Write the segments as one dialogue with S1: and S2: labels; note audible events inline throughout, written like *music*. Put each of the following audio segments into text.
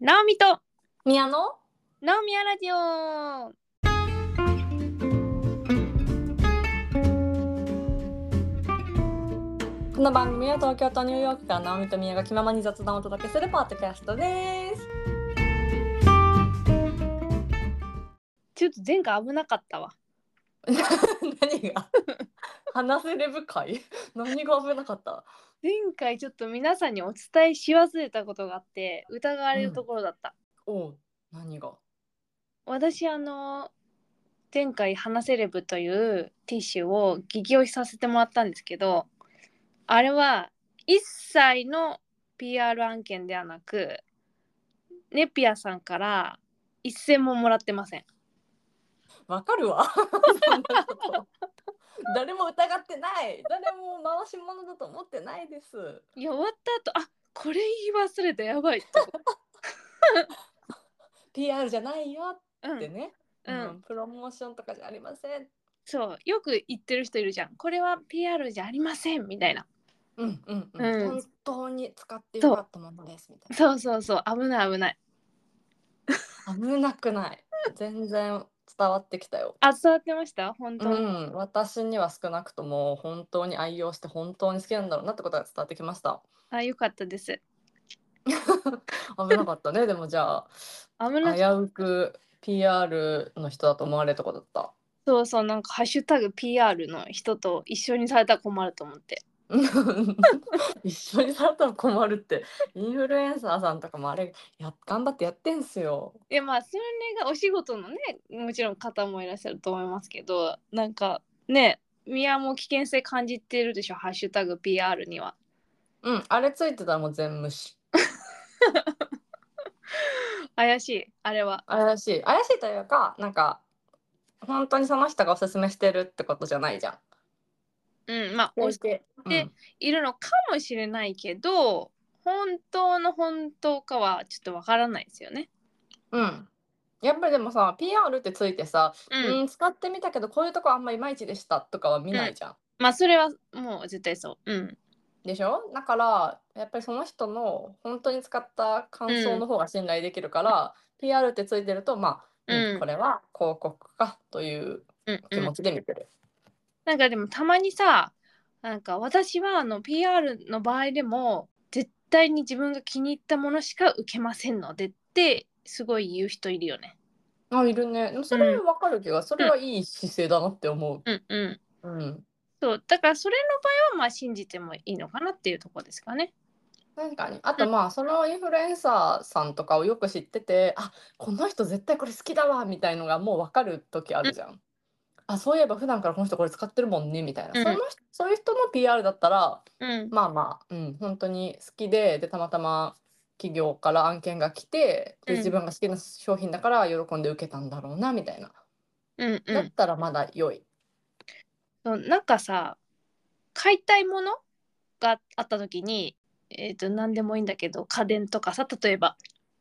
S1: ナオミと
S2: 宮野
S1: ナオミアラジオ
S2: この番組は東京とニューヨークから直美と宮が気ままに雑談をお届けするポッドキャストです *laughs*
S1: ちょっと前回危なかったわ
S2: 何が *laughs* 話せレブ会 *laughs* 何が危なかった
S1: 前回ちょっと皆さんにお伝えし忘れたことがあって疑われるところだった、
S2: おう何が
S1: 私あの前回「話せレブ」というティッシュを激推しさせてもらったんですけどあれは一切の PR 案件ではなくネピアさんから一銭ももらってません
S2: わかるわ *laughs* そんなこと誰も疑ってない誰も回し物だと思ってないです
S1: いや終わった後あこれ言い忘れたやばいって
S2: PR じゃないよ
S1: *laughs* う
S2: って
S1: ん
S2: ね、
S1: うん
S2: プロモーションとかじゃありません
S1: そうよく言ってる人いるじゃんこれは PR じゃありませんみたいな
S2: うんうんうん、
S1: うん
S2: 本当に使ってよかったものですみたいな
S1: そうそうそう危ない危ない
S2: 危なくない全然伝わってきたよ
S1: あ伝わってました本
S2: う
S1: 当、
S2: ん私には少なくとも本当に愛用して本当に好きなんだろうなってことが伝わってきました
S1: あよかったです
S2: 危なかったねでもじゃあ
S1: 危な
S2: 危うく PR の人だと思われたことだった *laughs*
S1: そうそうなんか「ハッシュタグ #PR」の人と一緒にされたら困ると思って
S2: うん一緒にされたら困るってインフルエンサーさんとかもあれや頑張ってやってんすよ
S1: いやまあそれがお仕事のねもちろん方もいらっしゃると思いますけどなんかね宮も危険性感じてるでしょ「ハッシュタグ #PR」には
S2: うんあれついてたらもう全無視
S1: 怪しいあれは
S2: 怪しい怪しいというかなんか本当にその人がおすすめしてるってことじゃないじゃん
S1: うんまあお
S2: して、
S1: でいるのかもしれないけど本当の本当かはちょっとわからないですよね。
S2: うん、うんやっぱりでもさ PR ってついてさ、
S1: う
S2: うん
S1: ん、
S2: 使ってみたけどこういうとこあんまいまいちでしたとかは見ないじゃん、
S1: まあそれはもう絶対そう。うん、
S2: でしょだからやっぱりその人の本当に使った感想の方が信頼できるから、PR ってついてるとまあ、うん
S1: うん
S2: これは広告かという
S1: うん、う
S2: 気持
S1: ん。
S2: ちで見てる、
S1: なんかでもたまにさ、なんか私はあの PR の場合でも絶対に自分が気に入ったものしか受けませんのでってすごい言う人いるよね。
S2: あいるねそれはわかるけど、それはいい姿勢だなって思
S1: うんうん。
S2: う、うん、
S1: そうだからそれの場合はまあ信じてもいいのかなっていうところですかね。
S2: 確かにあとまあそのインフルエンサーさんとかをよく知っててあこの人絶対これ好きだわみたいのがもう分かる時あるじゃん。あそういえば普段からこの人これ使ってるもんねみたいな、
S1: うん
S2: その人そういう人の PR だったら
S1: うん
S2: まあまあ、うん、本当に好きででたまたま企業から案件が来て
S1: う
S2: で
S1: ん
S2: 自分が好きな商品だから喜んで受けたんだろうなみたいな、
S1: うんう
S2: だ
S1: ん
S2: っ。たらまだ良い。
S1: そうなんかさ買いたいものがあった時に、えー、と何でもいいんだけど家電とかさ例えば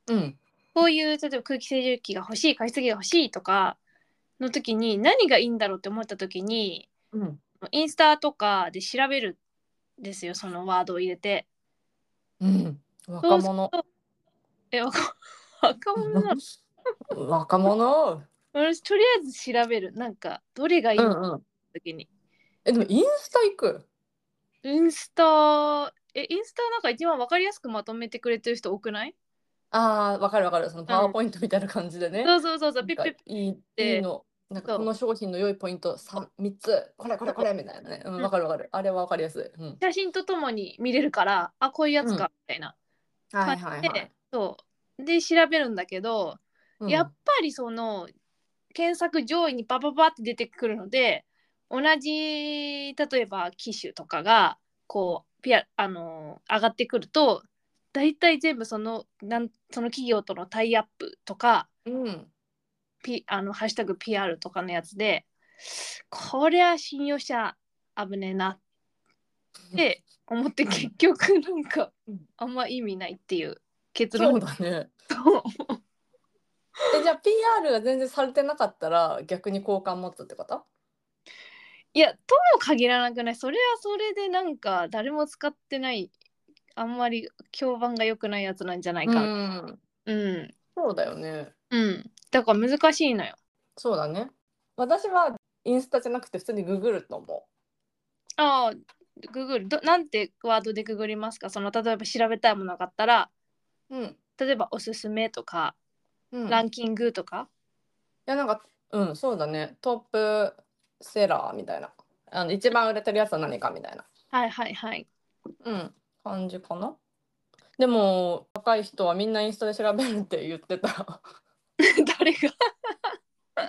S2: うん、
S1: こういう例えば空気清浄機が欲しい加湿器が欲しいとかの時に何がいいんだろうって思った時に
S2: うん
S1: インスタとかで調べるんですよそのワードを入れて。
S2: うん、若者
S1: そうするとえ *laughs* 若若者なの
S2: 若者、
S1: 私とりあえず調べるなんかどれがいい
S2: うん
S1: の
S2: うん、
S1: 時に。
S2: えでもインスタ行く
S1: インスタえインスタなんか一番わかりやすくまとめてくれてる人多くない
S2: ああ、わかるわかる。そのパワーポイントみたいな感じでね。
S1: そうそうそうそう
S2: な
S1: ピッ
S2: んか
S1: ピッ
S2: いい、
S1: て
S2: いいの。なんか
S1: そう
S2: この商品の良いポイント三三つ。これこれこれみたいなね。うん、
S1: うん
S2: わかるわかる。あれはわかりやすい。うん。
S1: 写真とともに見れるからあこういうやつ
S2: うん
S1: かみたいな、
S2: はいはい
S1: で
S2: はい。
S1: そうで調べるんだけど、
S2: うん
S1: やっぱりその検索上位にバババって出てくるので同じ例えば機種とかがこうピアあの上がってくると大体全部そのなんその企業とのタイアップとか
S2: うん。
S1: ピあのハッシュタグ PR とかのやつでこりゃ信用者危ねえなって思って結局なんか
S2: うん
S1: あんま意味ないっていう結
S2: そ
S1: 論
S2: うだね。
S1: と
S2: え、じゃあ PR が全然されてなかったら逆に好感持ったってこと
S1: いやとも限らなくないそれはそれでなんか誰も使ってないあんまり評判が良くないやつなんじゃないうかな、
S2: ん。
S1: うん
S2: そうだよね。
S1: うん。だから難しいのよ。
S2: そうだね。私はインスタじゃなくて普通にググると思
S1: ああ、ググる。どなんてワードでググりますかその例えば調べたいものがあったら、
S2: う。うん。
S1: 例えばおすすめとか、
S2: うん、
S1: ラ
S2: い
S1: ンキングとか。
S2: やなんかうんそうだねトップセラーみたいなあの一番売れてるやつは何かみたいな、
S1: はいはいはい。
S2: うん、感じかな。でも若い人はみんなインスタで調べるって言ってた
S1: *laughs*
S2: *laughs*
S1: 誰が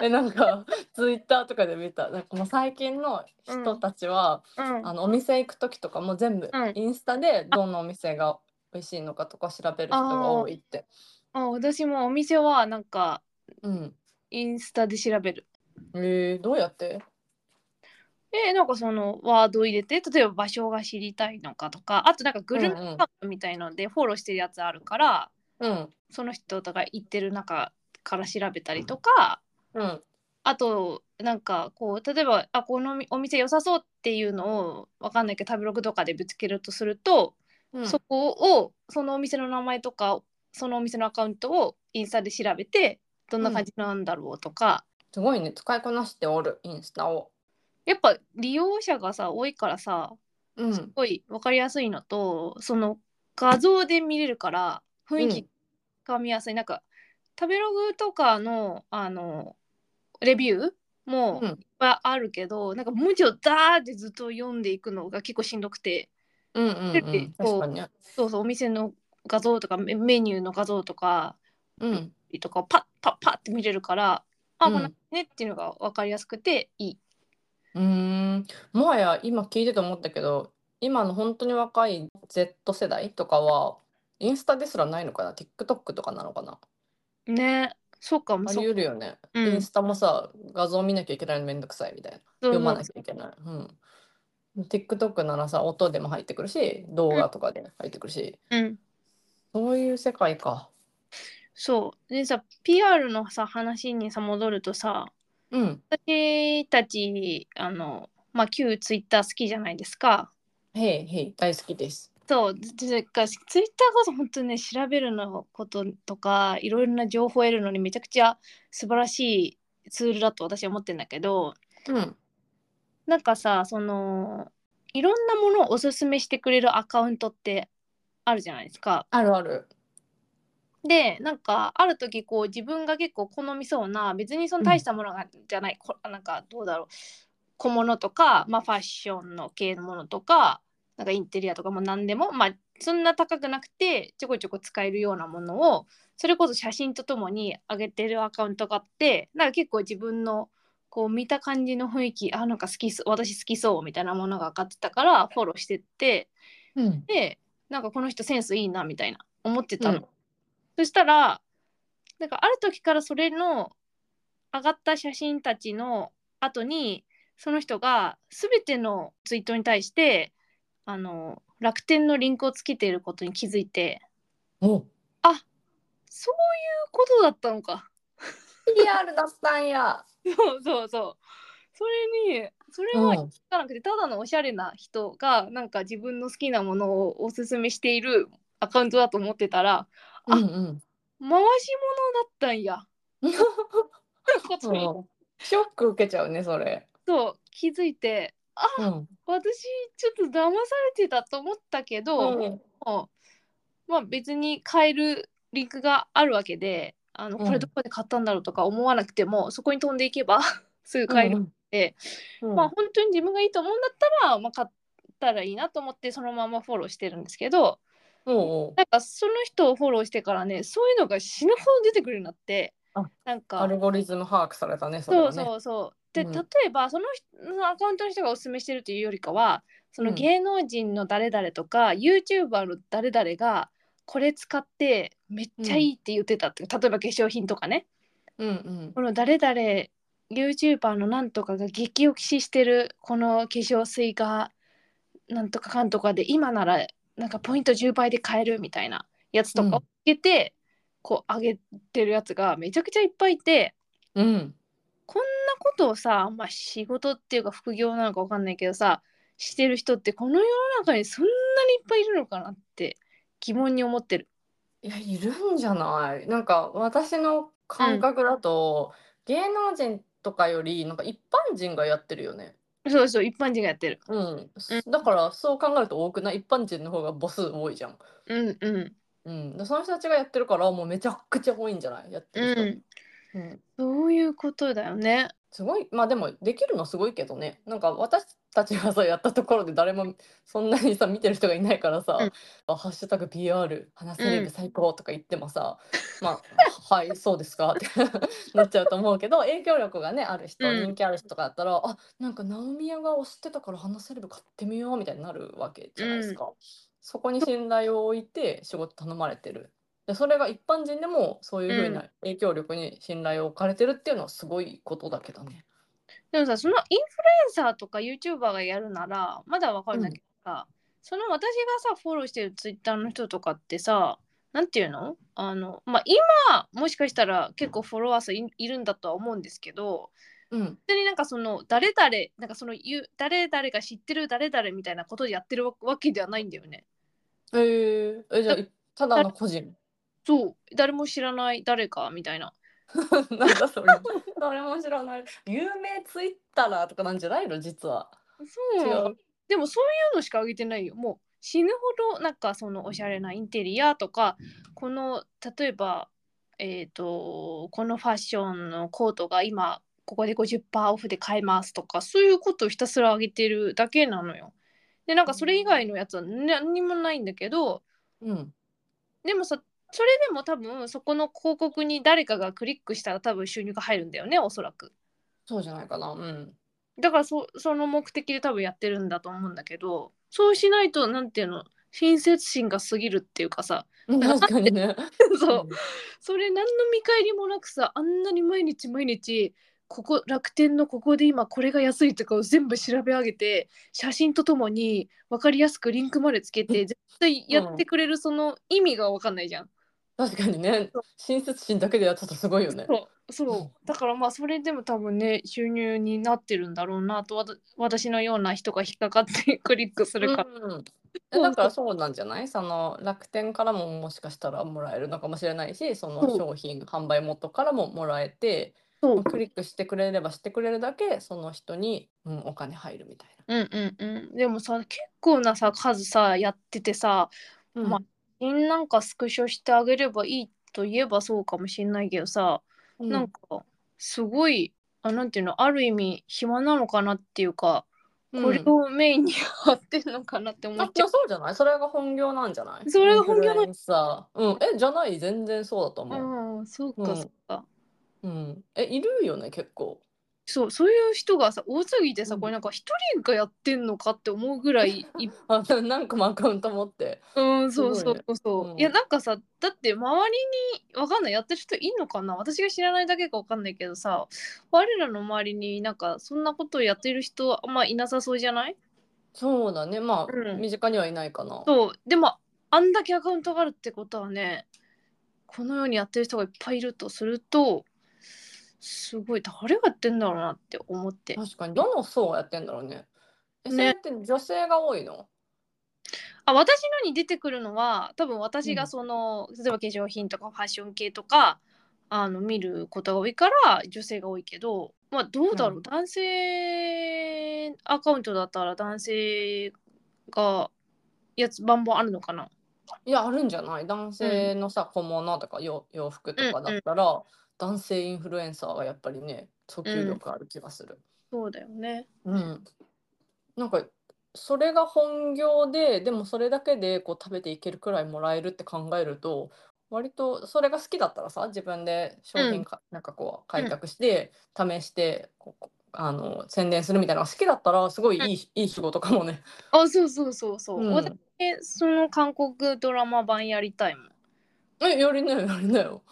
S2: えなんかツイッターとかで見たなんかもう最近の人たちは、
S1: うん
S2: あのお店行く時とかも全部
S1: うん
S2: インスタでどのお店が美味しいのかとか調べる人が多いって。
S1: あ私もお店はなんか
S2: うん、
S1: インスタで調べる。
S2: えー、どうやって
S1: えなんかそのワードを入れて例えば場所が知りたいのかとかあとなんかグルメ
S2: うんうん
S1: マップみたいのでフォローしてるやつあるから、
S2: うん
S1: その人とか行ってる中から調べたりとか
S2: うん
S1: あとなんかこう例えばあこのお店良さそうっていうのをわかんないけど食べログとかでぶつけるとすると、
S2: うん
S1: そこをそのお店の名前とかそのお店のアカウントをインスタで調べてどんな感じなんだろうとか、
S2: すごいね使いこなしておるインスタを。
S1: やっぱ利用者がさ多いからさ
S2: うん、
S1: すごい分かりやすいのとその画像で見れるから雰囲気が見やすい、なんか食べログとかのあのレビューも
S2: うん
S1: いっぱいあるけど、なんか文字をダーってずっと読んでいくのが結構しんどくて
S2: うんうん
S1: テ
S2: う
S1: レビ
S2: ん、
S1: こう
S2: 確かにね。
S1: そうそうお店の画像とかメメニューの画像とか
S2: うん、
S1: とかパッパッパッって見れるからあ、
S2: うん
S1: こんなねっていうのが分かりやすくていい。
S2: うーんもはや今聞いてて思ったけど今の本当に若い Z 世代とかはインスタですらないのかな TikTok とかなのかな
S1: ねそうかも
S2: あ
S1: そ
S2: り
S1: う
S2: 得るよね、
S1: うん
S2: インスタもさ画像見なきゃいけないのめんどくさいみたいな
S1: そう
S2: 読まなきゃいけない、うん、TikTok ならさ音でも入ってくるし動画とかで入ってくるし、
S1: うん
S2: そういう世界か
S1: そうでさ PR のさ話にさ戻るとさ
S2: うん
S1: 私たちあの、まあ、旧ツイッター好きじゃないですか
S2: へいへい大好きです
S1: そうでかツイッターこそ本当ね調べるのこととかいろいろな情報を得るのにめちゃくちゃ素晴らしいツールだと私は思ってんだけど
S2: うん
S1: なんかさそのいろんなものをおすすめしてくれるアカウントってあるじゃないですか。
S2: あるある
S1: でなんかある時こう自分が結構好みそうな別にその大したものが、じゃないこなんかどうだろう小物とか、まあ、ファッションの系のものとかなんかインテリアとかも何でも、まあ、そんな高くなくてちょこちょこ使えるようなものをそれこそ写真とともに上げてるアカウントがあってなんか結構自分のこう見た感じの雰囲気あなんか好きそう私好きそうみたいなものが上がってたからフォローしてって
S2: うん
S1: でなんかこの人センスいいなみたいな思ってたの。
S2: うん
S1: そしたらなんかある時からそれの上がった写真たちの後にその人が全てのツイートに対してあの楽天のリンクをつけていることに気づいて
S2: お
S1: そういうことだったのか *laughs*
S2: PR だったんや、
S1: そうそうそうそれにそれ
S2: う
S1: は
S2: ん
S1: 聞、かなくて、ただのおしゃれな人がなんか自分の好きなものをおすすめしているアカウントだと思ってたらあ
S2: うんうん
S1: 回し物だったん
S2: *laughs*
S1: やことに
S2: そうショック受けちゃうねそれ。
S1: そう気づいて
S2: うん。
S1: 私ちょっと騙されてたと思ったけど、
S2: うん
S1: もうまあ別に買えるリンクがあるわけであの
S2: うん
S1: これどこで買ったんだろうとか思わなくても、そこに飛んでいけば *laughs* すぐ買える、で
S2: うん。
S1: まあ本当に自分がいいと思うんだったら、まあ、買ったらいいなと思ってそのままフォローしてるんですけど
S2: おうおう
S1: なんかその人をフォローしてからねそういうのが死ぬほど出てくるようになって
S2: あ
S1: なんか
S2: アルゴリズム把握されたねそれ
S1: そ
S2: は
S1: う
S2: ね。
S1: そうそう。で、
S2: うん
S1: 例えばその人そのアカウントの人がおすすめしてるというよりかはその
S2: うん
S1: 芸能人の誰々とか、YouTuber の誰々がこれ使ってめっちゃいいって言ってたって、例えば化粧品とかね
S2: うん
S1: この誰々 YouTuber のなんとかが激推ししてるこの化粧水がなんとかかんとかで今ならなんかポイント10倍で買えるみたいなやつとかをつけて、こう上げてるやつがめちゃくちゃいっぱいいて。
S2: うん。うん。
S1: そんなことをさ、まあ、仕事っていうか副業なのかわかんないけどさしてる人ってこの世の中にそんなにいっぱいいるのかなって疑問に思ってる。
S2: いや、いるんじゃないなんか私の感覚だと、芸能人とかより、なんか一般人がやってるよね。
S1: そうそう、一般人がやってる。
S2: うん。だからそう考えると多くない一般人の方が母数多いじゃん。
S1: うんうん。
S2: うん。でその人たちがやってるから、もうめちゃくちゃ多いんじゃないやって
S1: う
S2: る
S1: ん。
S2: 人。うん
S1: そういうことだよね。
S2: すごい、まあでもできるのすごいけどね。なんか私たちがさ、やったところで誰もそんなにさ、見てる人がいないからさ、
S1: うん
S2: あハッシュタグ PR、話せレ
S1: うん
S2: ブ最高とか言ってもさ、
S1: *laughs*
S2: まあ、はい、そうですかって *laughs* なっちゃうと思うけど、影響力がね、ある人、
S1: うん
S2: 人気ある人とかだったら、あ、なんかナオミヤが推してたから話せレブ買ってみようみたいになるわけじゃないですか。そこに信頼を置いて仕事頼まれてる。でそれが一般人でもそういうふう
S1: うん
S2: な影響力に信頼を置かれてるっていうのはすごいことだけどね。
S1: でもさ、そのインフルエンサーとか YouTuber がやるなら、まだわかるんだけどさ、その私がさ、フォローしてる Twitter の人とかってさ、なんていうのあの、まあ、今、もしかしたら結構フォロワー数いいるんだとは思うんですけど、
S2: うん、
S1: 別になんかその、誰々、なんかその言う、誰々が知ってる誰々みたいなことでやってるわわけではないんだよね。
S2: えー、えじゃあ
S1: だ
S2: ただの個 *laughs* 人
S1: そう、誰も知らない誰かみたいな。
S2: なんだそれ誰も知らない有名ツイッターとかなんじゃないの実は
S1: そう
S2: 違う
S1: でもそういうのしかあげてないよ。もう死ぬほどなんかそのおしゃれなインテリアとかこの例えばえっ、とこのファッションのコートが今ここで50%オフで買えますとかそういうことをひたすらあげてるだけなのよ。でなんかそれ以外のやつは何にもないんだけど
S2: うん
S1: でもさそれでも多分そこの広告に誰かがクリックしたら多分収入が入るんだよねおそらく。
S2: そうじゃないかなうん
S1: だからそその目的で多分やってるんだと思うんだけどそうしないとなんていうの親切心が過ぎるっていうかさ
S2: *laughs* 確かにね
S1: そうそれ何の見返りもなくさあんなに毎日毎日ここ楽天のここで今これが安いとかを全部調べ上げて写真とともに分かりやすくリンクまでつけて絶対やってくれるその意味が分かんないじゃん。
S2: 確かにね
S1: そう
S2: 親切心だけでやってたらすごいよね
S1: そうそうだからまあそれでも多分ね収入になってるんだろうなとわた私のような人が引っかかってクリックするから。
S2: うんえだからそうなんじゃないその楽天からももしかしたらもらえるのかもしれないしその
S1: そう
S2: 商品販売元からももらえて
S1: そう
S2: まあクリックしてくれればしてくれるだけその人に、うん、お金入るみたい
S1: うんうんうん、でもさ結構なさ数さやっててさ
S2: な。
S1: まあみんなんかスクショしてあげればいいといえばそうかもしんないけどさ、
S2: うん
S1: なんかすごいあなんていうのある意味暇なのかなっていうか
S2: うん
S1: これをメインにやってんのかなって思
S2: あ
S1: っ
S2: い
S1: ちゃ
S2: や *laughs*
S1: う。
S2: そうじゃないそれが本業なんじゃない
S1: それが本業なん
S2: インフルエンサーうんえじゃない全然そうだと思う。
S1: ああそうか
S2: うん
S1: そうか、
S2: うん、えいるよね結構。
S1: そうそういう人がさ多すぎてさ、
S2: うん
S1: これなんか一人がやってんのかって思うぐら
S2: *laughs*
S1: いい
S2: あな何個もアカウント持って。
S1: うん、そう
S2: す
S1: そ
S2: ごいうね
S1: そうそう。
S2: うん
S1: いや、なんかさ、だって周りに、わかんない、やってる人いんのかな私が知らないだけかわかんないけどさ、我らの周りになんか、そんなことをやってる人はあんまいなさそうじゃない
S2: そうだねまあ、
S1: うん
S2: 身近にはいないかな。
S1: そう、でも、あんだけアカウントがあるってことはね、このようにやってる人がいっぱいいるとすると、すごい、誰がやってんだろうなって思って。
S2: 確かにどの層をやってんだろうね。えそれ
S1: ね
S2: って女性が多いの
S1: あ私のに出てくるのは多分私
S2: う
S1: が
S2: ん
S1: その、例えば化粧品とかファッション系とかあの見ることが多いから女性が多いけどまあどうだろう、
S2: うん
S1: 男性アカウントだったら男性がやつバンバンあるのかない
S2: やあるんじゃない男性のさ小物とか洋洋服とかだったら、男性インフルエンサーがやっぱりね訴求力ある気がする。
S1: そうだよね。
S2: うん、なんかそれが本業ででもそれだけでこう食べていけるくらいもらえるって考えると割とそれが好きだったらさ自分で商
S1: うん
S2: 品か、なんかこう開拓して試してこうあの宣伝するみたいなのが好きだったらすごいいい,、いい仕事かもね。
S1: あそうそうそうそう、
S2: うん
S1: 私その韓国ドラマ版やりたいもん。
S2: えやりなよやりな *laughs* よ。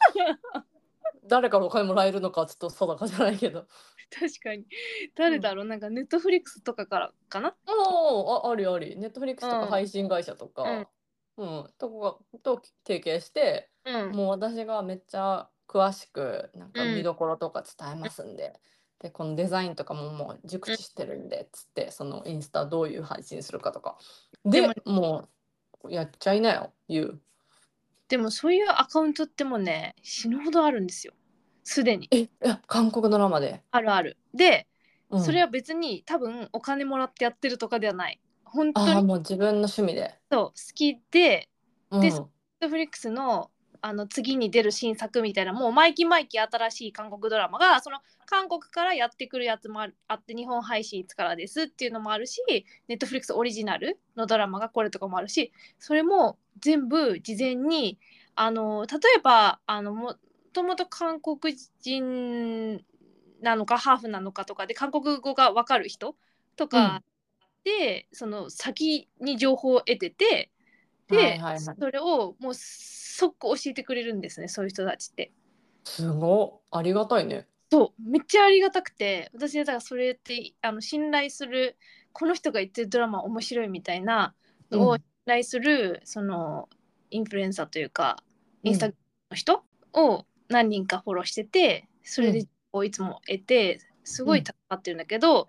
S2: 誰からお金もらえるのかちょっと定かじゃないけど。
S1: 確かに誰だろう、なんかネットフリックスとかからかな
S2: おーあありありネットフリックスと
S1: う
S2: か
S1: ん
S2: 配信会社とか、うんとこがと提携して
S1: うん
S2: もう私がめっちゃ詳しくなんか
S1: うん
S2: 見どころとか伝えますんで、でこのデザインとかももう熟知してるんでっつってそのインスタどういう配信するかとかで
S1: でも
S2: もうやっちゃいなよ言う
S1: でもそういうアカウントってもうね死ぬほどあるんですよすでに
S2: えいや韓国ドラマで、
S1: あるあるで、
S2: うん
S1: それは別に多分お金もらってやってるとかではない本当
S2: ああ
S1: に
S2: もう自分の趣味で、
S1: そう好きで
S2: うん、
S1: で Netflix のあの次に出る新作みたいなもう毎期毎期新しい韓国ドラマがその韓国からやってくるやつもあるあって日本配信いつからですっていうのもあるし Netflix オリジナルのドラマがこれとかもあるしそれも全部事前にあの例えばあのもともと韓国人なのかハーフなのかとかで韓国語が分かる人とかで、その先に情報を得ててで、
S2: はいはいはい
S1: それをもう即教えてくれるんですねそういう人たちって。
S2: すごいありがたいね
S1: そうめっちゃありがたくて私はだからそれってあの信頼するこの人が言ってるドラマ面白いみたいなのを
S2: うん
S1: 信頼する、そのインフルエンサーというか
S2: うん
S1: インスタグラムの人を何人かフォローしててそれ
S2: う
S1: で
S2: ん
S1: をいつも得てすごい戦ってるんだけど、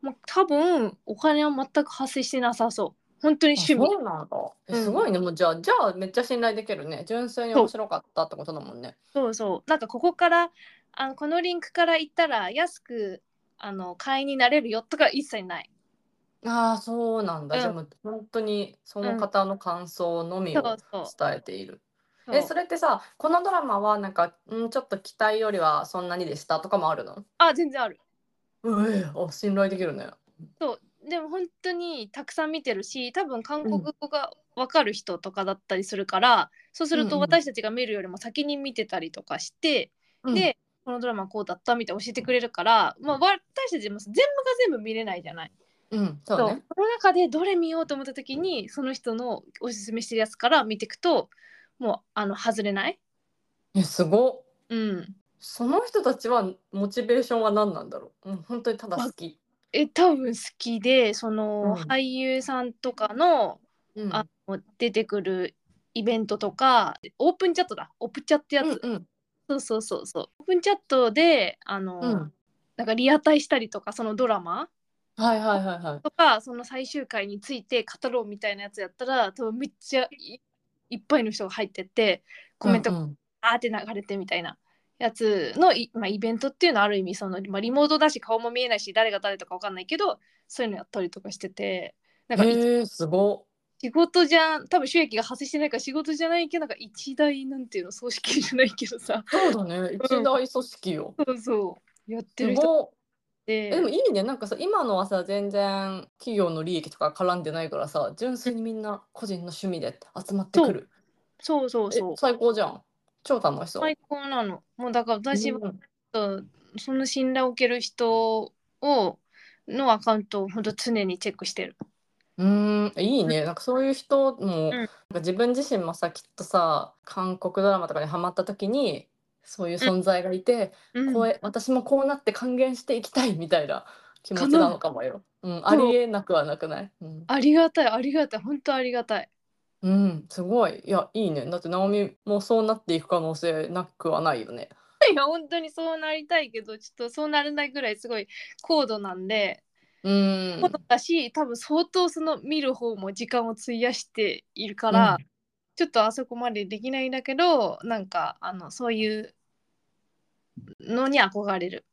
S1: もう多分お金は全く発生してなさそう本当に
S2: あ
S1: 趣味
S2: そうなんだえ
S1: うん
S2: すごいね、もうじゃあじゃあめっちゃ信頼できるね純粋に面白かったってことだもんね
S1: そうそうなんかここからあのこのリンクから行ったら安くあの会員になれるよとか一切ない。
S2: ああそうなんだ、
S1: うん
S2: じゃあもう本当にそ
S1: うん
S2: の方の感想のみ
S1: そう
S2: を伝
S1: そう
S2: えている、えそれってさこのドラマはなんかんちょっと期待よりはそんなにでしたとかもあるの
S1: あ全然ある
S2: うえあ信頼できるね
S1: そうでも本当にたくさん見てるし多分韓国語が分かる人とかだったりするから、そうする
S2: うん
S1: と
S2: うん
S1: 私たちが見るよりも先に見てたりとかして、でこのドラマこうだったみたいな教えてくれるから、まあ、私たちも全部が全部見れないじゃない。
S2: うん、うん、そうね
S1: その中でどれ見ようと思った時にその人のおすすめしてるやつから見ていくともうあの外れない。
S2: えすごっ
S1: うん、
S2: その人たちはモチベーションは何なんだろう、うん、本当にただ好き、
S1: え多分好きでその、
S2: うん
S1: 俳優さんとかの
S2: うん、
S1: あの出てくるイベントとかオープンチャットだオプチャってやつ、
S2: うんうん
S1: そうそうそうそうオープンチャットであの、
S2: うん
S1: なんかリアタイしたりとかそのドラマ
S2: はいはいはいはい
S1: とかその最終回について語ろうみたいなやつやったら多分めっちゃいいっぱいの人が入ってってコメント
S2: うん
S1: が
S2: うん
S1: あーって流れてみたいなやつのい、まあ、イベントっていうのはある意味その、まあ、リモートだし顔も見えないし誰が誰とかわかんないけどそういうのやったりとかしててなんか一
S2: へえすごっ
S1: 仕事じゃん多分収益が発生してないから仕事じゃないけどなんか一大なんていうの葬式じゃないけどさ
S2: そうだね、一大組織よ。
S1: そうそうやって
S2: す
S1: る人っ
S2: ごい
S1: て
S2: えでもいいね、なんかさ、今のはさ、全然企業の利益とか絡んでないからさ、純粋にみんな個人の趣味で集まってくる。
S1: そうそう
S2: え
S1: そう
S2: 最高じゃん。超楽しそう。
S1: 最高なのもうだから私は
S2: うん
S1: その信頼を受ける人をのアカウントを本当常にチェックしてる
S2: うーん、いいね、なんかそういう人も、
S1: ん
S2: なんか自分自身もさ、きっとさ、韓国ドラマとかにハマった時に、そういう存在がいて、
S1: うん
S2: こう私もこうなって還元していきたいみたいな気持ちなのかもよ。うん、ありえなくはなくない。うん
S1: ありがたいありがたい本当ありがたい
S2: うん、すごい。いや、いいね。だって、ナオミもそうなっていく可能性なくはないよね。
S1: いや本当にそうなりたいけどちょっとそうなれないぐらいすごい高度なんで *laughs*
S2: うん
S1: こ。とだし多分相当その見る方も時間を費やしているから、
S2: うん
S1: ちょっとあそこまでできないんだけどなんかあのそういうのに憧れる。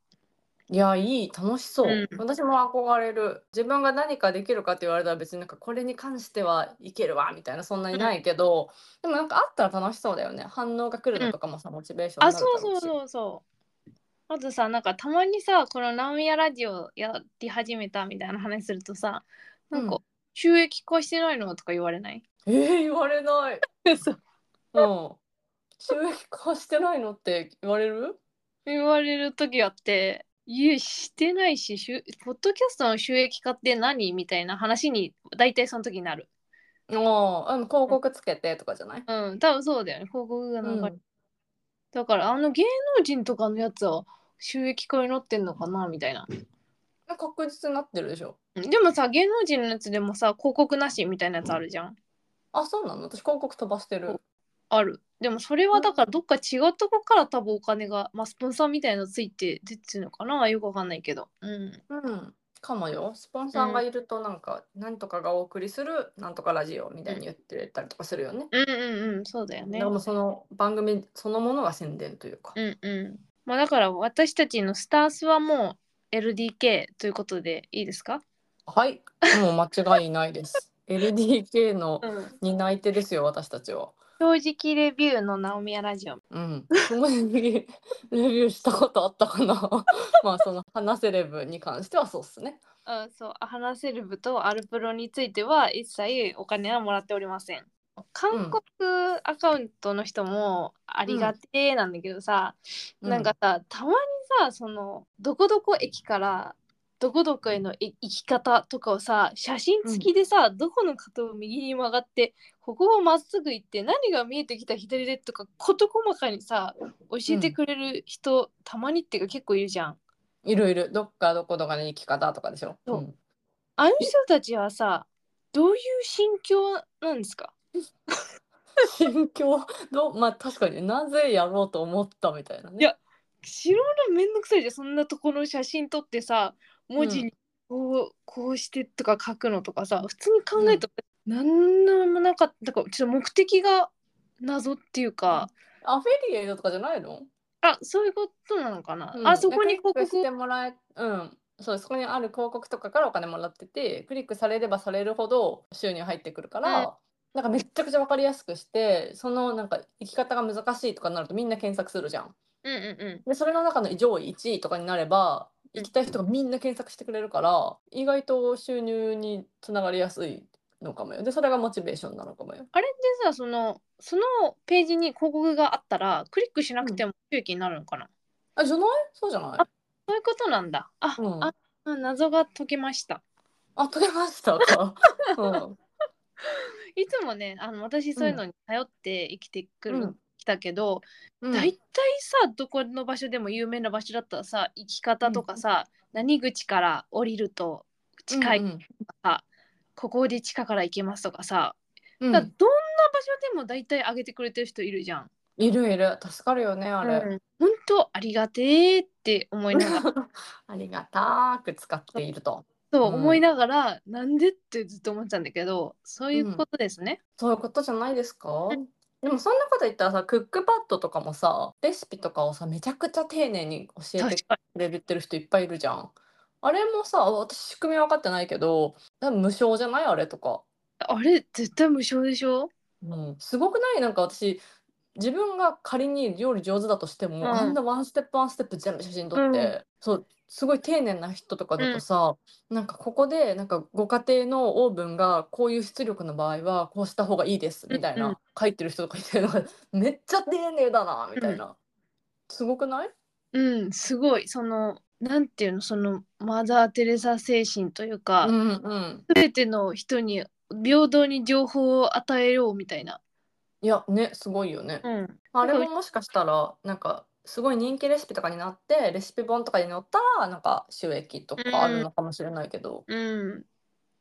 S2: いや、いい。楽しそう。
S1: うん
S2: 私も憧れる。自分が何かできるかって言われたら別になんかこれに関してはいけるわみたいなそんなにないけど、でもなんかあったら楽しそうだよね。反応が来るのとかもさ、モチベーション
S1: あ
S2: になる
S1: そう
S2: だ
S1: そ
S2: ろ
S1: う
S2: うし。
S1: そうそう。あとさなんかたまにさこの「ナオミヤラジオ」やり始めたみたいな話するとさなん
S2: う
S1: か
S2: ん
S1: 「収益化してないの?」とか言われない、 *laughs*
S2: えー、言われない。
S1: そう
S2: うん。収益化してないのって言われる
S1: 言われる時あって「いえしてないししゅポッドキャストの収益化って何?」みたいな話に大体その時になる。
S2: ああ、うん、広告つけてとかじゃない
S1: うん多分そうだよね広告が流れ
S2: うん。
S1: だからあの芸能人とかのやつは収益化になってんのかなみたいな。
S2: 確実になってるでしょ。
S1: でもさ芸能人のやつでもさ広告なしみたいなやつあるじゃん。
S2: あ、そうなの私広告飛ばしてる。
S1: ある。でもそれはだからどっか違うとこから多分お金が、まあ、スポンサーみたいなのついて出てるのかなよくわかんないけど。うん。
S2: うん。かもよスポンサーがいるとなんか何とかがお送りするなんとかラジオみたいに言ってたりとかするよね。
S1: うんうんうんそうだよ
S2: で
S1: ね。
S2: もうその番組そのものが宣伝というか、
S1: うんうん。まあだから私たちのスタースはもう LDK ということでいいですか？
S2: はいもう間違いないです
S1: *laughs*
S2: LDK の
S1: うん。
S2: 担い手ですよ私たちは
S1: 正直レビューのナオミヤラジオ。
S2: うんその辺にレビューしたことあったかな *laughs* まあその話セレブに関してはそうっすね
S1: うん、そう、話せる部とアルプロについては一切お金はもらっておりません。韓国アカウントの人もありがてえなんだけどさ、
S2: うん
S1: なんかさ、たまにさ、その、どこどこ駅から、どこどこへのい行き方とかをさ、写真付きでさ、どこの角を右に曲がって、ここをまっすぐ行って、何が見えてきた左でとか、事細かにさ、教えてくれる人、たまにっていうか結構いるじゃん。
S2: いろいろどっかどこどかの行き方とかでしょ
S1: そうん
S2: *laughs*
S1: あの人たちはさ、どういう心境なんですか
S2: 心境どうまあ確かになぜやろうと思ったみたいなね
S1: いや白のめんどくさいじゃん、そんなところ写真撮ってさ、文字にこう,、こうしてとか書くのとかさ、普通に考えたら、なん、何もなかっただから、ちょっと目的が謎っていうか、
S2: アフィリエイトとかじゃないの、
S1: あ、そういうことなのかな。
S2: うん
S1: あそこに広
S2: クリックし
S1: 告
S2: てもらえうんそうそこにある広告とかからお金もらっててクリックされればされるほど収入入ってくるから、
S1: うん
S2: なんかめっちゃくちゃ分かりやすくしてそのなんか生き方が難しいとかになるとみんな検索するじゃん。
S1: うんうん
S2: でそれの中の上位1位とかになれば行きたい人がみんな検索してくれるから意外と収入につながりやすいのかもよ。でそれがモチベーションなのかもよ。
S1: あれってさそのそのページに広告があったらクリックしなくても収益になるのかな、
S2: あじゃないそうじゃない
S1: そういうことなんだあ、
S2: うん
S1: あ謎が解けました
S2: あ取れました
S1: *laughs*
S2: か。うん
S1: いつもねあの私そういうのに頼って生きてくる、
S2: うん
S1: きたけど
S2: うん
S1: 大体、さどこの場所でも有名な場所だったらさ行き方とかさ、何口から降りると近い
S2: うん
S1: と
S2: うん
S1: かさ、ここで地下から行けますとかさ、
S2: うん
S1: だからどんな場所でも大体上げてくれてる人いるじゃん。
S2: いるいる助かるよねあ
S1: あ
S2: れ、
S1: れ本当ありがてえって思いながら
S2: ありがたく使っていると
S1: そう思いながら、なんでってずっと思ってたんだけどそういうことですね。
S2: そういうことじゃないですか
S1: うん
S2: でもそんなこと言ったらさクックパッドとかもさレシピとかをさめちゃくちゃ丁寧に教えて
S1: 確か
S2: くれてる人いっぱいいるじゃんあれもさ私仕組み分かってないけど多分無償じゃないあれとか、
S1: にあれ絶対無償でしょ
S2: うん、すごくないなんか私自分が仮に料理上手だとしても、
S1: ん
S2: あんなワンステップワンステップ全部写真撮って、
S1: うん
S2: そうすごい丁寧な人とかだとさ、なんかここでなんかご家庭のオーブンがこういう出力の場合はこうした方がいいですみたいな、
S1: うんうん
S2: 書いてる人とかいてなんかめっちゃ丁寧だなみたいな、すごくない
S1: うん、すごい。その、なんていうの、その、マザー・テレサ精神というか、
S2: うんうん
S1: すべての人に平等に情報を与えようみたいな。
S2: いやねすごいよね、
S1: うん。
S2: あれももしかしたらなんかすごい人気レシピとかになってレシピ本とかに載ったらなんか収益とかあるのかもしれないけど、
S1: うん。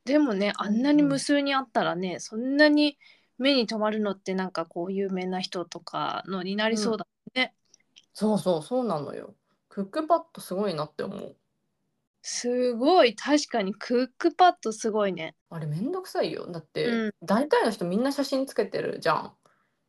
S1: でもね、あんなに無数にあったらね、そんなに目に留まるのって、なんかこう、有名な人とかのになりそうだ。
S2: そうそうそうなのよクックパッドすごいなって思う
S1: すごい、確かにクックパッドすごいね。
S2: あれめんどくさいよだって、
S1: うん
S2: 大体の人みんな写真つけてるじゃん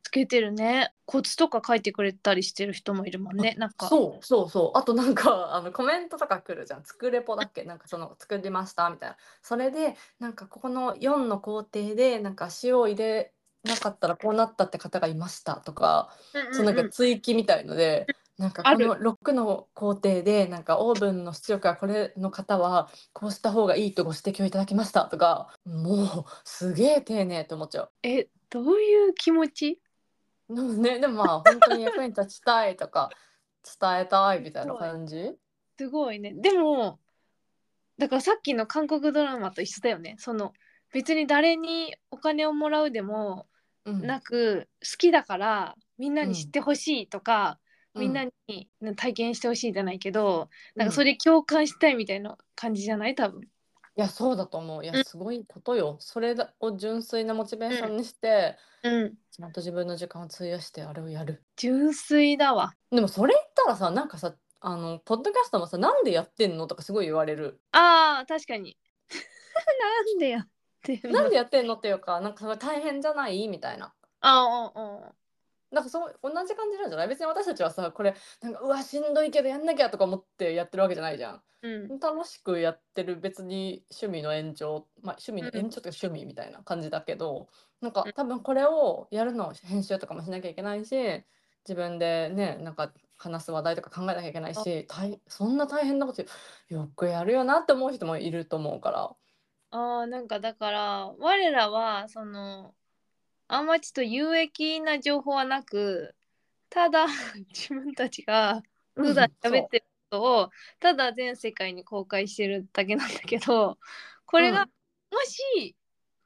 S1: つけてるね。コツとか書いてくれたりしてる人もいるもんね。なんか、
S2: そうそうそうあとなんかあのコメントとか来るじゃん作レポだっけなんかその作りましたみたいなそれでなんかここの4の工程でなんか塩を入れなかったらこうなったって方がいましたとか
S1: うんうんうん
S2: そのなんか追記みたいので、なんか
S1: あ
S2: こ
S1: る
S2: のロックの工程でなんかオーブンの出力がこれの方はこうした方がいいとご指摘をいただきましたとかもうすげえ丁寧と思っちゃ
S1: え、どういう気持ち
S2: う。でもねでもまあ本当に役に立ちたいとか伝えたいみたいな感じ
S1: すごいねでもだからさっきの韓国ドラマと一緒だよねその別に誰にお金をもらうでも
S2: うん
S1: なく、好きだからみんなに知ってほしいとか、みんなに体験してほしいじゃないけど、なんかそ
S2: うんい
S1: れで共感したいみたいな感じじゃない多分
S2: やそうだと思ういうやすごいことよそれを純粋なモチベーションにして、
S1: うん
S2: ちゃんと自分の時間を費やしてあれをやる
S1: 純粋だわ
S2: でもそれ言ったらさなんかさあのポッドキャストもさなんでやってんのとかすごい言われる
S1: ああ確かに *laughs* なんでやってんの
S2: なんでやってんのっていうかなんかそれ大変じゃないみたいな
S1: ああああ
S2: なんかそう同じ感じなんじゃない別に私たちはさこれなんかうわしんどいけどやんなきゃとか思ってやってるわけじゃないじゃん
S1: うん
S2: 楽しくやってる別に趣味の延長、まあ、趣味の
S1: うん
S2: 延長というか趣味みたいな感じだけど、なんか多分これをやるの編集とかもしなきゃいけないし自分でねなんか話す話題とか考えなきゃいけないし大そんな大変なことよくやるよなって思う人もいると思うから
S1: ああなんかだから我らはそのあんまちょっと有益な情報はなくただ *laughs* 自分たちが普段喋ってることをただ全世界に公開してるだけなんだけど *laughs* これが、
S2: うん
S1: もし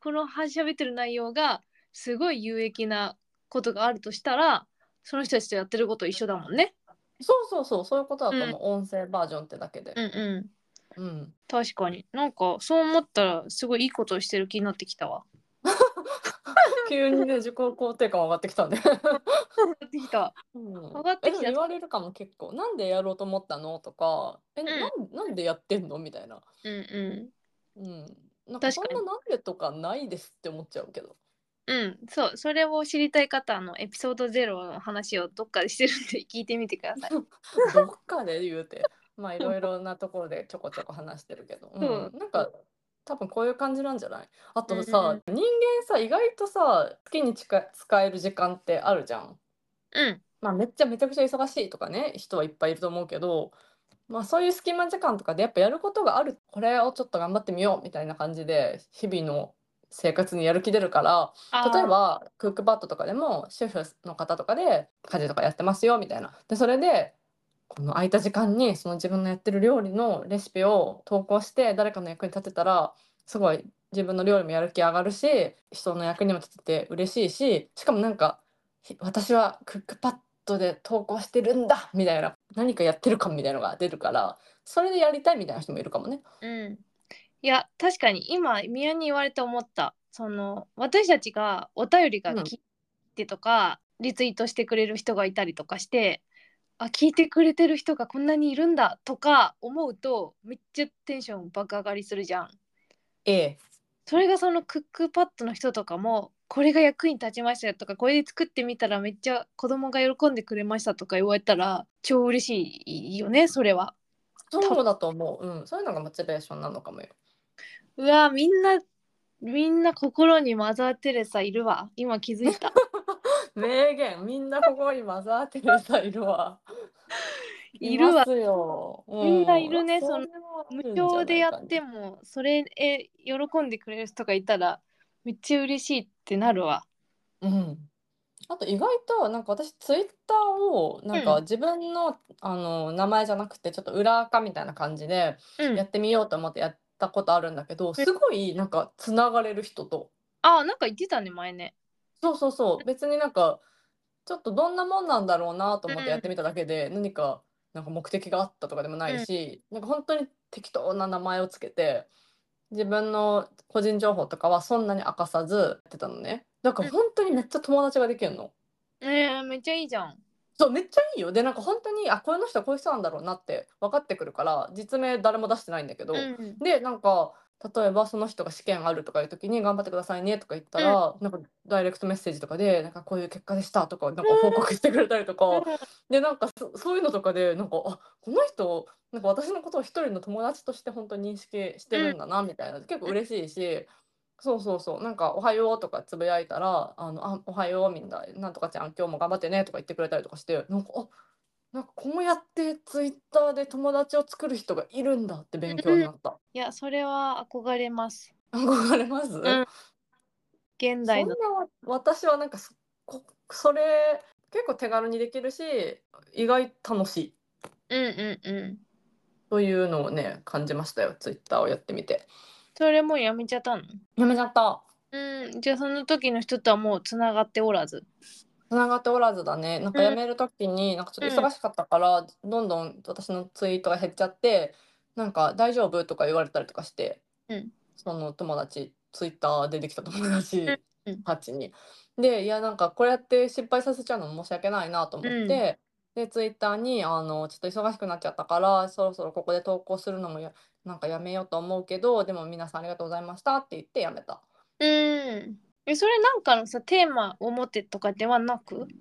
S1: この喋ってる内容がすごい有益なことがあるとしたらその人たちとやってること一緒だもんね。
S2: そうそうそうそうそういうことだと思う、音声バージョンってだけで
S1: うん、うん
S2: うん、
S1: 確かになんかそう思ったらすごいいいことをしてる気になってきたわ。
S2: 急にね自己肯定感上がってきた
S1: *laughs*
S2: んで、
S1: できた。
S2: うん
S1: 上がってきた
S2: えでも言われるかも結構なんでやろうと思ったのとかえ、
S1: ん
S2: なんなんでやってんのみたいな
S1: うんう
S2: うんなんか
S1: 確
S2: そ
S1: か
S2: ん
S1: に
S2: ななんでとかないですって思っちゃ
S1: *laughs*
S2: うけど
S1: ん。うん、そう、それを知りたい方あのエピソードゼロの話をどっかでしてるんで聞いてみてください。
S2: どっかで言うてまあいろいろなところでちょこちょこ話してるけど、
S1: そう
S2: うんなんか多分こういう感じなんじゃないあと
S1: うんう
S2: さ
S1: ん、
S2: 人間さ意外とさ月に近い使える時間ってあるじゃん。
S1: うん。
S2: まあ、めっちゃめちゃくちゃ忙しいとかね人はいっぱいいると思うけど、まあ、そういう隙間時間とかでやっぱやることがあるこれをちょっと頑張ってみようみたいな感じで日々の生活にやる気出るから
S1: あー
S2: 例え。ばクックパッドとかでも主婦の方とかで家事とかやってますよみたいな。でそれでこの空いた時間にその自分のやってる料理のレシピを投稿して誰かの役に立てたらすごい自分の料理もやる気上がるし人の役にも立てて嬉しいししかもなんかひ私はクックパッドで投稿してるんだみたいな何かやってる感みたいなのが出るからそれでやりたいみたいな人もいるかもね。
S1: うん。いや、確かに今、宮に言われて思った。その、私たちがお便りが
S2: うん
S1: 聞いてとか、リツイートしてくれる人がいたりとかして、あ、聞いてくれてる人がこんなにいるんだとか思うと、めっちゃテンション爆上がりするじゃん。
S2: ええ、
S1: それがそのクックパッドの人とかもこれが役に立ちましたよとかこれで作ってみたらめっちゃ子供が喜んでくれましたとか言われたら超嬉しいよねそれは
S2: そうだと思う、うん、そういうのがモチベーションなのかもよ。
S1: うわみんなみんな心にマザー・テレサいるわ今気づい
S2: *laughs*
S1: た
S2: 名言みんなここにマザー・テレサいるわ。
S1: *laughs* いるわ
S2: ますよ。う
S1: みんないるねその
S2: れはあ
S1: 無
S2: るんじゃないかね
S1: 償でやってもそれえ喜んでくれる人がいたらめっちゃ嬉しいってなるわ
S2: うん。あと意外となんか私ツイッターをなん
S1: う
S2: か
S1: ん
S2: 自分の、あの名前じゃなくてちょっと裏垢みたいな感じで
S1: うん
S2: やってみようと思ってやったことあるんだけど、すごいなんかつながれる人と。
S1: あなんか言ってたね前ね
S2: そうそうそう別になんかちょっとどんなもんなんだろうなと思ってやってみただけで、何かなんか目的があったとかでもないし、なんか本当に適当な名前をつけて自分の個人情報とかはそんなに明かさずやってたのねだから本当にめっちゃ友達ができるの。
S1: えー、めっちゃいいじゃん
S2: そうめっちゃいいよでなんか本当にあこの人はこういう人なんだろうなって分かってくるから実名誰も出してないんだけど、
S1: うん
S2: でなんか例えばその人が試験あるとかいう時に「頑張ってくださいね」とか言ったら、なんかダイレクトメッセージとかで「なんかこういう結果でした」とかなんか報告してくれたりとか、でなんかそそういうのとかでなんかあこの人なんか私のことを一人の友達として本当に認識してるんだなみたいな結構嬉しいし。そうそうそうなんか「おはよう」とかつぶやいたら「あのあおはようみんななんとかちゃん今日も頑張ってね」とか言ってくれたりとかしてなんかあなんかこうやってツイッターで友達を作る人がいるんだって勉強になった。
S1: いやそれは憧れます
S2: 憧れます、
S1: ん現代の
S2: そんなわ私はなんかそこそれ結構手軽にできるし意外楽しい
S1: うんうんうん。
S2: というのをね感じましたよツイッターをやってみて
S1: それもうやめちゃったの
S2: やめちゃった
S1: うん、じゃあその時の人とはもうつながっておらず。
S2: 繋がっておらずだねなんか
S1: うん
S2: やめる時になんかちょっと
S1: うん
S2: 忙しかったから、どんどん私のツイートが減っちゃってなんか「大丈夫?」とか言われたりとかして、
S1: うん
S2: その友達ツイッターでできた友達
S1: んうん
S2: たちに。でいやなんかこうやって失敗させちゃうのも申し訳ないなと思って、で、ツイッターに、あの、ちょっと忙しくなっちゃったから、そろそろここで投稿するのもや、なんかやめようと思うけど、でも皆さんありがとうございましたって言ってやめた。
S1: うん。え、それなんかのさ、テーマを持ってとかではなく
S2: い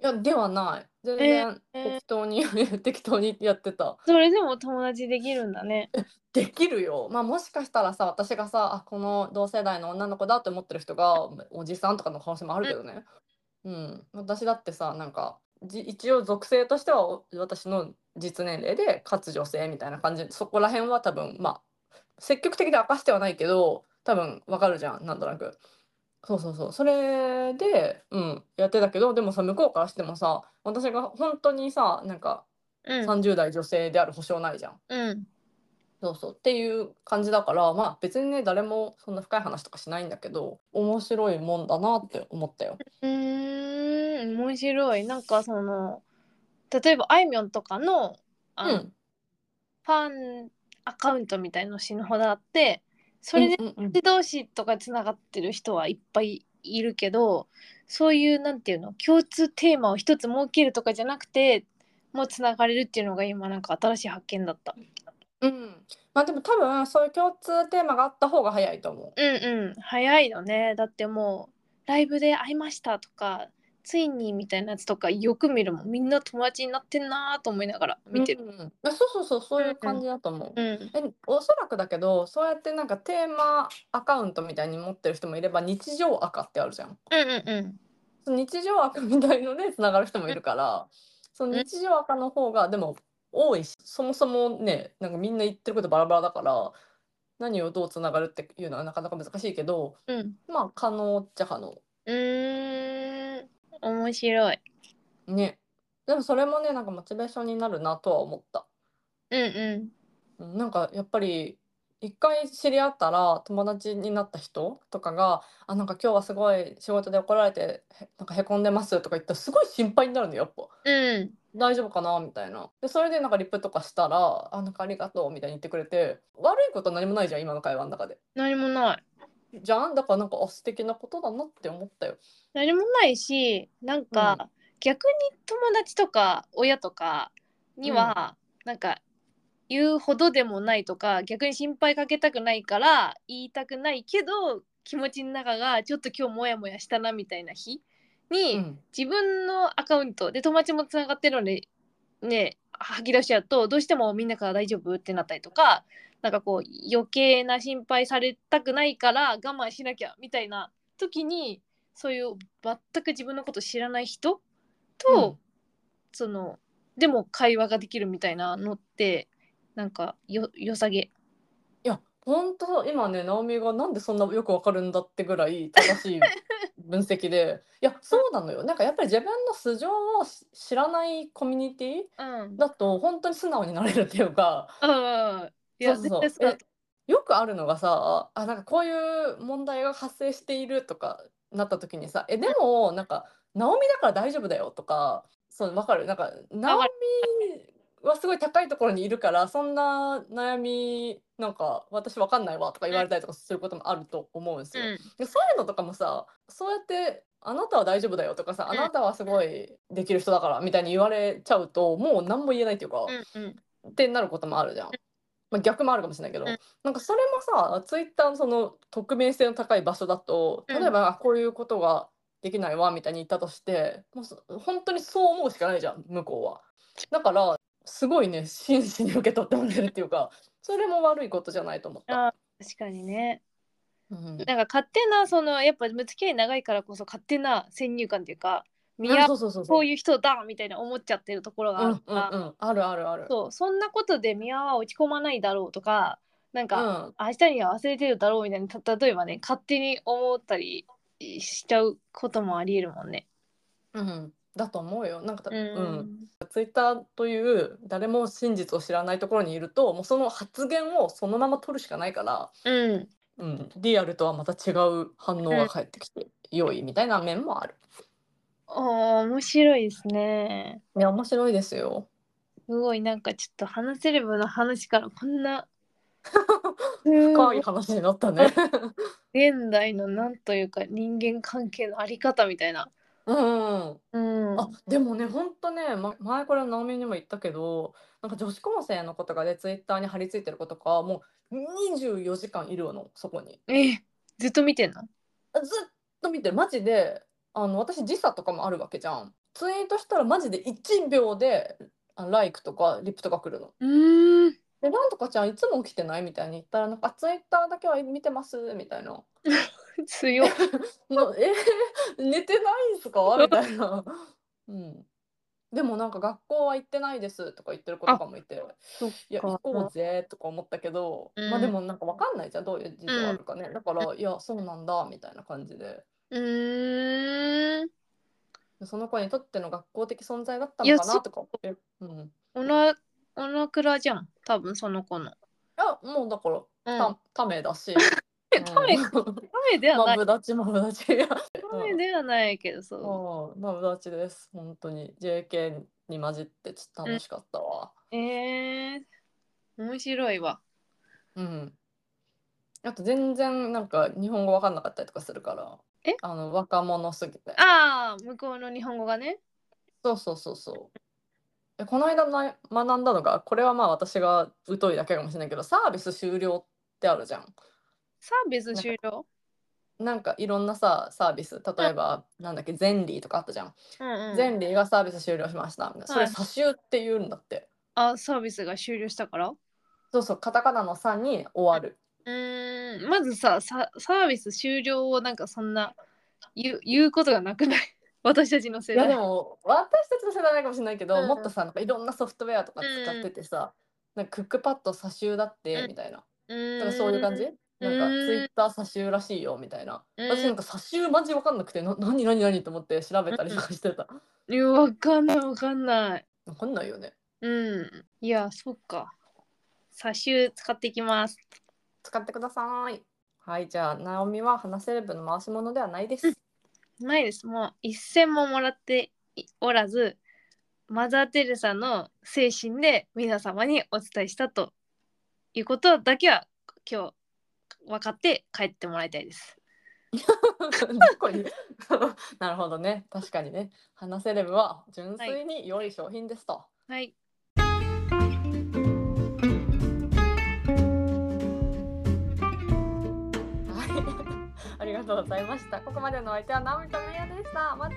S2: や、ではない。全然適当に *laughs* 適当にやってた。
S1: それでも友達できるんだね。
S2: できるよ。まあもしかしたらさ、私がさ、あ、この同世代の女の子だって思ってる人がおじさんとかの可能性もあるけどね。うん。私だってさ、なんか、じ一応属性としてはお私の実年齢で、かつ女性みたいな感じ。そこら辺は多分、まあ、積極的に明かしてはないけど、多分わかるじゃん、なんとなく。そうそうそう。それで、うん、やってたけど、でもさ、向こうからしてもさ、私が本当にさ、なんか
S1: うん。
S2: 30代女性である保証ないじゃん。
S1: うん。
S2: そうそうっていう感じだからまあ別にね誰もそんな深い話とかしないんだけど面白いもんだなって思ったよ。
S1: うーん、面白い。なんかその、例えばあいみょんとかの、あ
S2: う
S1: の
S2: ん、
S1: ファンアカウントみたいのしのほどあって、それで
S2: うんうんうん、
S1: 同士とかつながってる人はいっぱいいるけどそういうなんていうの共通テーマを一つ設けるとかじゃなくてもうつながれるっていうのが今なんか新しい発見だった
S2: うん、まあでも多分そういう共通テーマがあった方が早いと思
S1: うんうん早いよねだってもうライブで会いましたとかついにみたいなやつとかよく見るもんみんな友達になってんなーと思いながら
S2: う。
S1: 見てる
S2: うんうんあそうそうそうそういう感じだと思
S1: うん
S2: う。えおそらくだけどそうやってなんかテーマアカウントみたいに持ってる人もいれば日常アカってあるじゃん。
S1: うんうんうん
S2: その日常赤みたいのでつながる人もいるからその
S1: うん
S2: 日常赤の方がでも多いしそもそもねなんかみんな言ってることバラバラだから何をどうつながるっていうのはなかなか難しいけど
S1: うん
S2: まあ可能っちゃ可能。
S1: うーん面白い
S2: ね。でもそれもねなんかモチベーションになるなとは思った。
S1: うんうん
S2: うんなんかやっぱり一回知り合ったら友達になった人とかが「あなんか今日はすごい仕事で怒られてへなんかへこんでます」とか言ったらすごい心配になるのよやっぱ。
S1: うん
S2: 大丈夫かなみたいなでそれでなんかリプとかしたら「あなんかありがとう」みたいに言ってくれて悪いことは何もないじゃん今の会話の中で
S1: 何もない
S2: じゃんだからなんかあ素敵なことだなって思ったよ
S1: 何もないしなんか、
S2: う
S1: 逆に友達とか親とかには、なんか言うほどでもないとか逆に心配かけたくないから言いたくないけど気持ちの中がちょっと今日モヤモヤしたなみたいな日に、
S2: うん
S1: 自分のアカウントで友達もつながってるのでね吐き出しちゃうとどうしてもみんなから大丈夫ってなったりとかなんかこう余計な心配されたくないから我慢しなきゃみたいな時にそういう全く自分のこと知らない人と、
S2: うん
S1: そのでも会話ができるみたいなのってなんかよ良さげ
S2: いやほんと今ね直美がなんでそんなよくわかるんだってぐらい正 *laughs* しい分析でいやそうなのよなんかやっぱり自分の素性をし知らないコミュニティ
S1: うん
S2: だと本当に素直になれるっていうか
S1: うんいや
S2: そうそうそう
S1: 絶対そうだと
S2: えよくあるのがさあなんかこういう問題が発生しているとかなった時にさ「えでもなんか直美だから大丈夫だよ」とかそうわかるなんか直美はすごい高いところにいるからそんな悩みなんか私わかんないわとか言われたりとかすることもあると思うんですよ。でそういうのとかもさそうやって「あなたは大丈夫だよ」とかさ「
S1: う
S2: あ
S1: ん
S2: なたはすごいできる人だから」みたいに言われちゃうともう何も言えないっていうか。
S1: うんうん
S2: ってなることもあるじゃん。まあ、逆もあるかもしれないけど、
S1: うん
S2: なんかそれもさツイッターのその匿名性の高い場所だと
S1: う
S2: 例
S1: ん
S2: えば、あこういうことができないわみたいに言ったとしてもうそ本当にそう思うしかないじゃん向こうは。だからすごいね真摯に受け取ってもらえるっていうかそれも悪いことじゃないと思った。
S1: あ確かにね
S2: うん
S1: なんか勝手なそのやっぱ付き合い長いからこそ勝手な先入観っていうか見合
S2: あそううそうそう
S1: こ
S2: そうう。
S1: いう人だみたいな思っちゃってるところ
S2: う
S1: があ
S2: んう
S1: る
S2: ん
S1: か
S2: う
S1: ら、
S2: んあるあるある。
S1: そうそんなことで宮は落ち込まないだろうとかなん
S2: う
S1: か、
S2: ん
S1: 明日には忘れてるだろうみたいなた例えばね勝手に思ったりしちゃうこともありえるもんね。
S2: うん、だと思うよ。なんかた、
S1: うん
S2: うん、ツイッターという誰も真実を知らないところにいるともうその発言をそのまま取るしかないから、
S1: うん
S2: うん、リアルとはまた違う反応が返ってきて良いみたいな面もある。
S1: おー面白いですね。
S2: いや面白いですよ。
S1: すごいなんかちょっと話せればの話からこん
S2: *laughs*
S1: な
S2: 深い話になったね。
S1: *laughs* 現代のなんというか人間関係のあり方みたいな
S2: うん。
S1: うん
S2: あ、でもね、ほんとね、ま、前これ直美にも言ったけど、なんか女子高生の子とかでツイッターに貼り付いてる子とか、もう24時間いるの、そこに。
S1: えずっと見てんの
S2: ずっと見てるマジであの私時差とかもあるわけじゃんツイートしたらマジで1秒であライクとかリプとか来るの
S1: うん
S2: でなんとかちゃんいつも起きてないみたいに言ったらなんかあツイッターだけは見てますみたいな
S1: 強っ
S2: のえー寝てないん
S1: *laughs*
S2: すかみたいなうんでもなんか学校は行ってないですとか言ってる子とかもいて
S1: そっ
S2: いや行こうぜとか思ったけど、
S1: うん
S2: まあでもなんかわかんないじゃんどういう事情あるかね、だからいやそうなんだみたいな感じで
S1: うーん
S2: その子にとっての学校的存在だった
S1: いや
S2: のか
S1: そう
S2: なとか思って、うん、
S1: おなおなくらじゃん多分その子の
S2: あもうだから、たためだ *laughs* し
S1: えため
S2: うん
S1: ためでは
S2: ま
S1: な
S2: あ
S1: い
S2: 無駄ちも *laughs* 無駄ち
S1: ためではないけどそ
S2: うんまあ無駄ちです本当に JK に混じってちょっと楽しかったわ
S1: うえー、面白いわ
S2: うん、あと全然なんか日本語わかんなかったりとかするから
S1: え
S2: あの若者すぎて
S1: ああ向こうの日本語がね
S2: そうそうそうそうえこの間な学んだのがこれはまあ私が疎いだけかもしれないけどサービス終了ってあるじゃん
S1: サービス終了
S2: なんかいろんなさサービス例えば、なんだっけゼンリーとかあったじゃん、
S1: うんうん
S2: ゼンリーがサービス終了しましたみたいなそれ
S1: はい
S2: 差しって言うんだって
S1: あサービスが終了したからう
S2: そうそうカタカナの「さ」に終わる
S1: ーんまずささサービス終了をなんかそんな言う言うことがなくない *laughs* 私たちの世
S2: いや
S1: 代
S2: でも私たちの世代ないかもしれないけど、
S1: うんうん
S2: もっとさなんかいろんなソフトウェアとか使っててさ、なんかクックパッド差しだってみたいな、だからそういう感じ、
S1: う
S2: なんか
S1: うん
S2: ツイッター差しらしいよみたいな、
S1: うん
S2: 私なんか差しマジわかんなくてな何何何と思って調べたりとかしてた、
S1: ーんいやわかんないわかんない
S2: わかんないよね
S1: うん。いや、そっか。差し湯使っていきます。
S2: 使ってくださいはいじゃあナオミは話せレブの回し物ではない *laughs* です、
S1: ないです。もう一銭ももらっておらず、マザー・テレサの精神で皆様にお伝えしたということだけは今日分かって帰ってもらいたいです。
S2: どこに *laughs* なるほどね確かにね話せレブは純粋に良い商品ですと、
S1: はい。
S2: *laughs* はい、ありがとうございましたここまでのお相手はナオミとメイヤでしたまた